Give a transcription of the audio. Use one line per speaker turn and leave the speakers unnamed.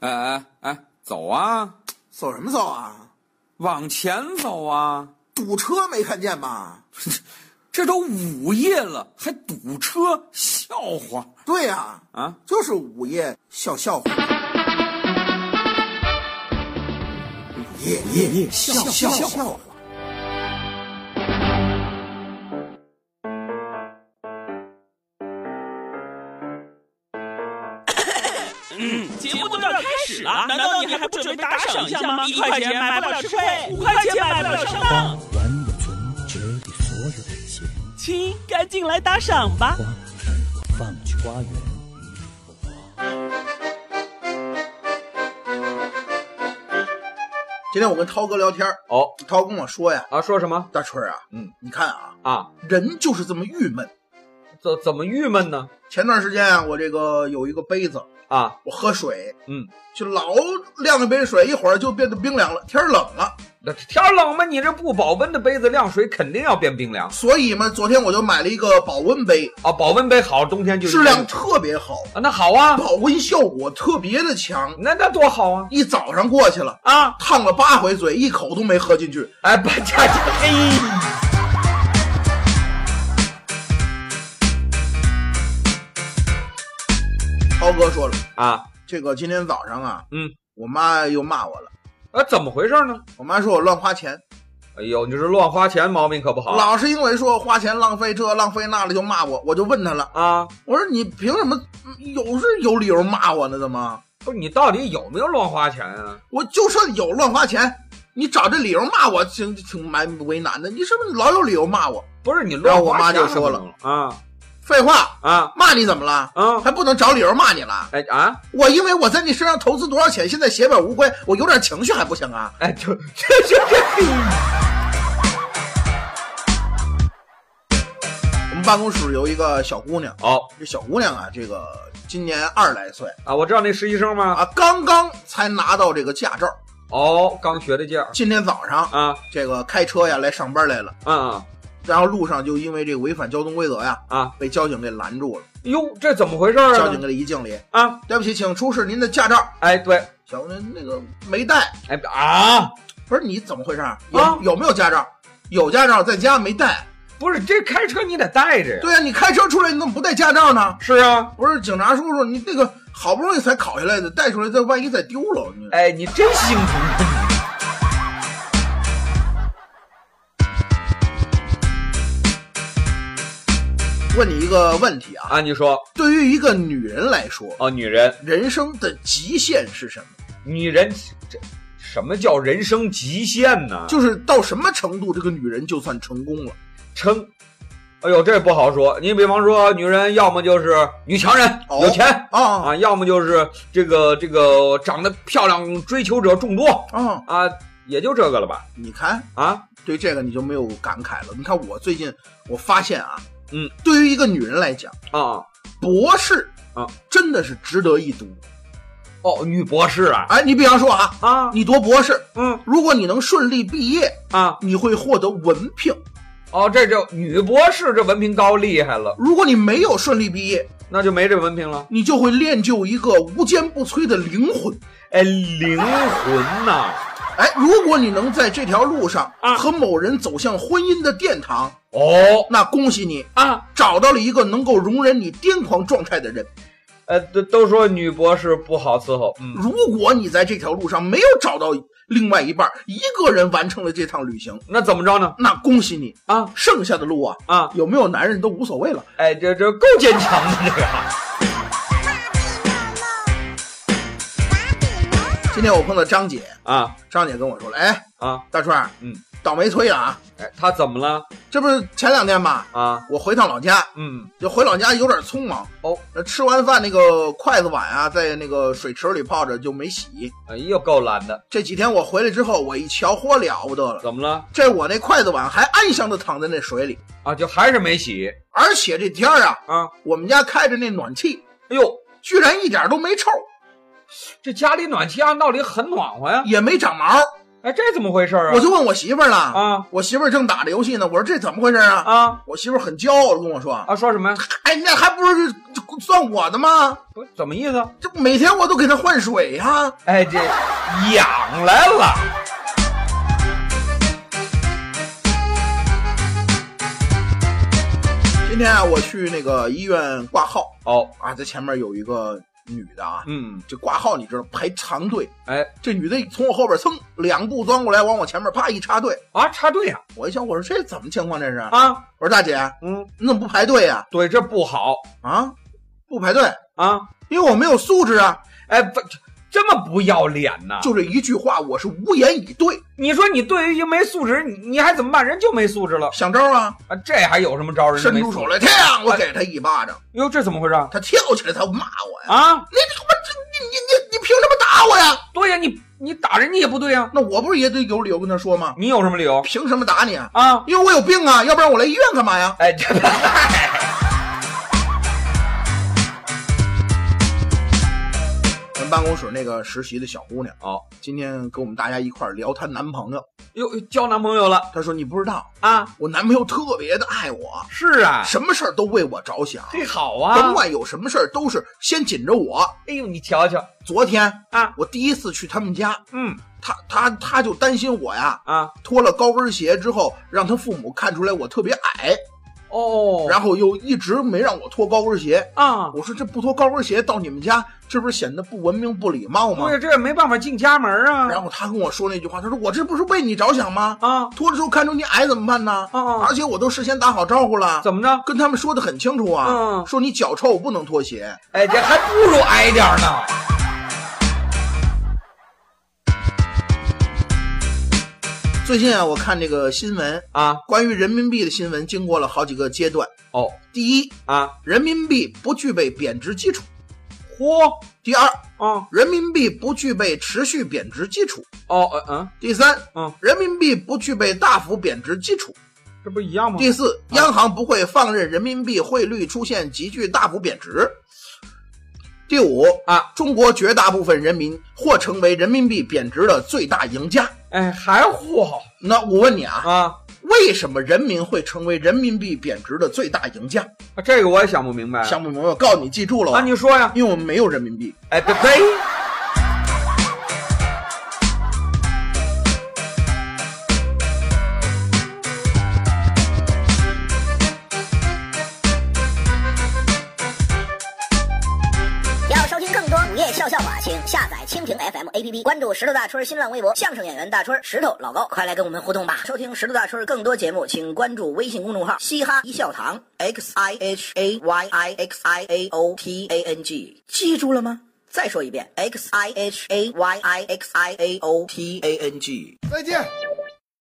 哎哎哎，走啊，
走什么走啊？
往前走啊！
堵车没看见吧？
这都午夜了，还堵车，笑话
对呀、
啊！
就是午夜笑笑话。夜夜夜笑笑笑话。
节目都要开始了，难道你还不准备打赏一下吗？一块钱买不了吃亏，五块钱买不了上当。
完我存折里所有的钱，
亲，赶紧来打赏吧！
花儿我放去花园与火花。
今天我跟涛哥聊天儿，
哦
涛跟我说呀，
啊，说什么
大春儿啊，嗯，你看啊，
啊？
人就是这么郁闷。
怎怎么郁闷呢？
前段时间啊，我这个有一个杯子，
啊，
我喝水，
嗯，
就老晾一杯水，一会儿就变得冰凉了。天儿冷了，
那天儿冷嘛，你这不保温的杯子晾水肯定要变冰凉
所以嘛，昨天我就买了一个保温杯，
啊。保温杯好，冬天就
质量特别好，
啊，那好啊，
保温效果特别的强。
那那多好啊
一早上过去了，
啊！
烫了八回嘴，一口都没喝进去。
哎，不，这这哎，
涛哥说了，
啊
这个今天早上啊，
嗯，
我妈又骂我了，
啊，怎么回事呢？
我妈说我乱花钱，
哎呦，你这乱花钱毛病可不好啊
老是因为说我花钱浪费这浪费那的就骂我，我就问她了，
啊！
我说你凭什么嗯有是有理由骂我呢？怎么？
不是你到底有没有乱花钱啊？
我就算有乱花钱，你找这理由骂我，挺挺蛮为难的。你是不是老有理由骂我？
不是你
然
乱
后我
花
妈
钱
就说
怎么弄啊
废话，
啊
骂你怎么了？
啊！
还不能找理由骂你了？
哎啊
我因为我在你身上投资多少钱，现在血本无归，我有点情绪还不行啊？
哎，就这这这，
我们办公室有一个小姑娘，
哦
这小姑娘啊，这个今年二十来岁
啊，我知道那实习生吗？
啊，刚刚才拿到这个驾照。
哦，刚学的劲儿
今天早上，
啊
这个开车呀来上班来了，
啊啊！
然后路上就因为这违反交通规则呀，
啊，
被交警给拦住了。
哟，这怎么回事儿
交警
啊？
给他一敬礼，
啊，
对不起，请出示您的驾照。
哎，对，
小姑娘那个没带，
哎啊，
不是你怎么回事啊？有、
啊
有没有驾照？有驾照，在家没带。
不是这开车你得带着呀。
对呀、你开车出来你怎么不带驾照呢？
是啊，
不是警察叔叔，你那个好不容易才考下来的，带出来再万一再丢了，你
哎，你真心疼。
问你一个问题啊，
啊，你说
对于一个女人来说，
哦，女人，
人生的极限是什么？
女人，这什么叫人生极限呢？
就是到什么程度，这个女人就算成功了？
撑。哎呦，这不好说。你比方说，女人要么就是女强人，
哦
有钱
啊
啊，要么就是这个这个长得漂亮，追求者众多
啊！
啊，也就这个了吧？
你看，
啊，
对这个你就没有感慨了。你看我最近我发现啊，
嗯，
对于一个女人来讲，
啊，
博士
啊，
真的是值得一读。
哦，女博士啊，
哎，你比方说啊，
啊，
你读博士，
嗯
如果你能顺利毕业，
啊，
你会获得文凭；
哦，这就女博士这文凭高厉害了，
如果你没有顺利毕业，
那就没这文凭了。
你就会练就一个无坚不摧的灵魂。
哎，灵魂呐、
哎，如果你能在这条路上
啊
和某人走向婚姻的殿堂，
哦
那恭喜你
啊，
找到了一个能够容忍你癫狂状态的人。
呃，都都说女博士不好伺候，嗯，
如果你在这条路上没有找到另外一半，一个人完成了这趟旅行，
那怎么着呢？
那恭喜你，
啊
剩下的路啊，
啊，
有没有男人都无所谓了。
哎，这这够坚强的这个，啊
今天我碰到张姐，
啊
张姐跟我说了，哎，
啊，
大川，
嗯，
倒霉催了啊！
哎，他怎么了？
这不是前两天嘛，
啊，
我回趟老家，
嗯，
就回老家有点匆忙
哦，
呃吃完饭那个筷子碗啊，在那个水池里泡着就没洗。
哎呦，够懒的，
这几天我回来之后，我一瞧，嚯了不得了，
怎么了？
这我那筷子碗还安详的躺在那水里，
啊，就还是没洗
而且这天儿啊，
啊，
我们家开着那暖气，
哎呦，
居然一点都没臭，
这家里暖气按道理很暖和呀，
也没长毛，
哎，这怎么回事啊？
我就问我媳妇儿了
啊，
我媳妇儿正打着游戏呢，我说这怎么回事啊？
啊
我媳妇儿很骄傲地跟我说，
啊，说什么呀？
哎，那还不是就算我的吗？
不怎么意思？
这每天我都给他换水呀、
哎，这 痒来了。
今天啊，我去那个医院挂号
哦，
啊，这前面有一个女的啊，
嗯，
这挂号你知道排长队，
哎
这女的从我后边噌两步钻过来，往我前面啪一插队。
啊，插队啊
我一想，我说这怎么情况这是？
啊，
我说大姐，
嗯，
你怎么不排队呀、
对，这不好
啊？不排队，
啊。
因为我没有素质啊！
哎，不，这么不要脸呢？
就这一句话，我是无言以对。
你说你对于一个没素质，你你还怎么办？人就没素质了
想招啊，
啊，这还有什么招儿？人家
伸
没
出
素
手
质
来，锵，
啊
我给他一巴掌，
哟，这怎么回事啊？
他跳起来，他骂我呀！
啊，
你他妈这你你你你凭什么打我呀？
对呀，你你打人家也不对呀，
那我不是也得有理由跟他说吗？
你有什么理由
凭什么打你啊？
啊？
因为我有病啊，要不然我来医院干嘛呀？
哎，这
我们办公室那个实习的小姑娘，
哦，
今天跟我们大家一块儿聊她男朋友，
哟，交男朋友了
她说你不知道，
啊？
我男朋友特别的爱我，
是啊，
什么事儿都为我着想，
这好
甭
啊。
管有什么事儿都是先紧着我。
哎呦，你瞧瞧
昨天
啊，
我第一次去他们家，
嗯
她她她就担心我呀，
啊，
脱了高跟鞋之后让她父母看出来我特别矮，
哦，
然后又一直没让我脱高跟鞋。
啊，
我说这不脱高跟鞋到你们家，这不是显得不文明不礼貌吗
对呀，？这也没办法进家门啊
然后她跟我说那句话，她说我这不是为你着想吗？
啊，
脱了之后看出你矮怎么办呢？
哦
而且我都事先打好招呼了，
怎么着？
跟他们说的很清楚啊，
嗯
说你脚臭不能脱鞋。
哎，这还不如挨点儿呢。
最近啊，我看这个新闻，
啊，
关于人民币的新闻，经过了好几个阶段。
哦
第一，
啊，
人民币不具备贬值基础；
嚯，
第二，
啊，
人民币不具备持续贬值基础；
哦，呃嗯，
第三，
嗯
人民币不具备大幅贬值基础；
这不一样吗？
第四，央行不会放任人民币汇率出现急剧大幅贬值。第五
啊，
中国绝大部分人民或成为人民币贬值的最大赢家。
哎，还嚯
那我问你啊，
啊！
为什么人民会成为人民币贬值的最大赢家？
啊这个我也想不明白啊。
想不明白，我告诉你，记住了
啊，
啊，
你说呀？
因为我们没有人民币。
哎，别呸！
要收听更多午夜笑笑话，请下载蜻蜓 FM APP，关注石头大春新浪微博，相声演员大春、石头老高，快来跟我们互动吧！收听石头大春更多节目，请关注微信公众号“嘻哈一笑堂 ”x i h a y i x i a o t a n g，记住了吗？再说一遍，x i h a y i x i a o t a n g。
再见。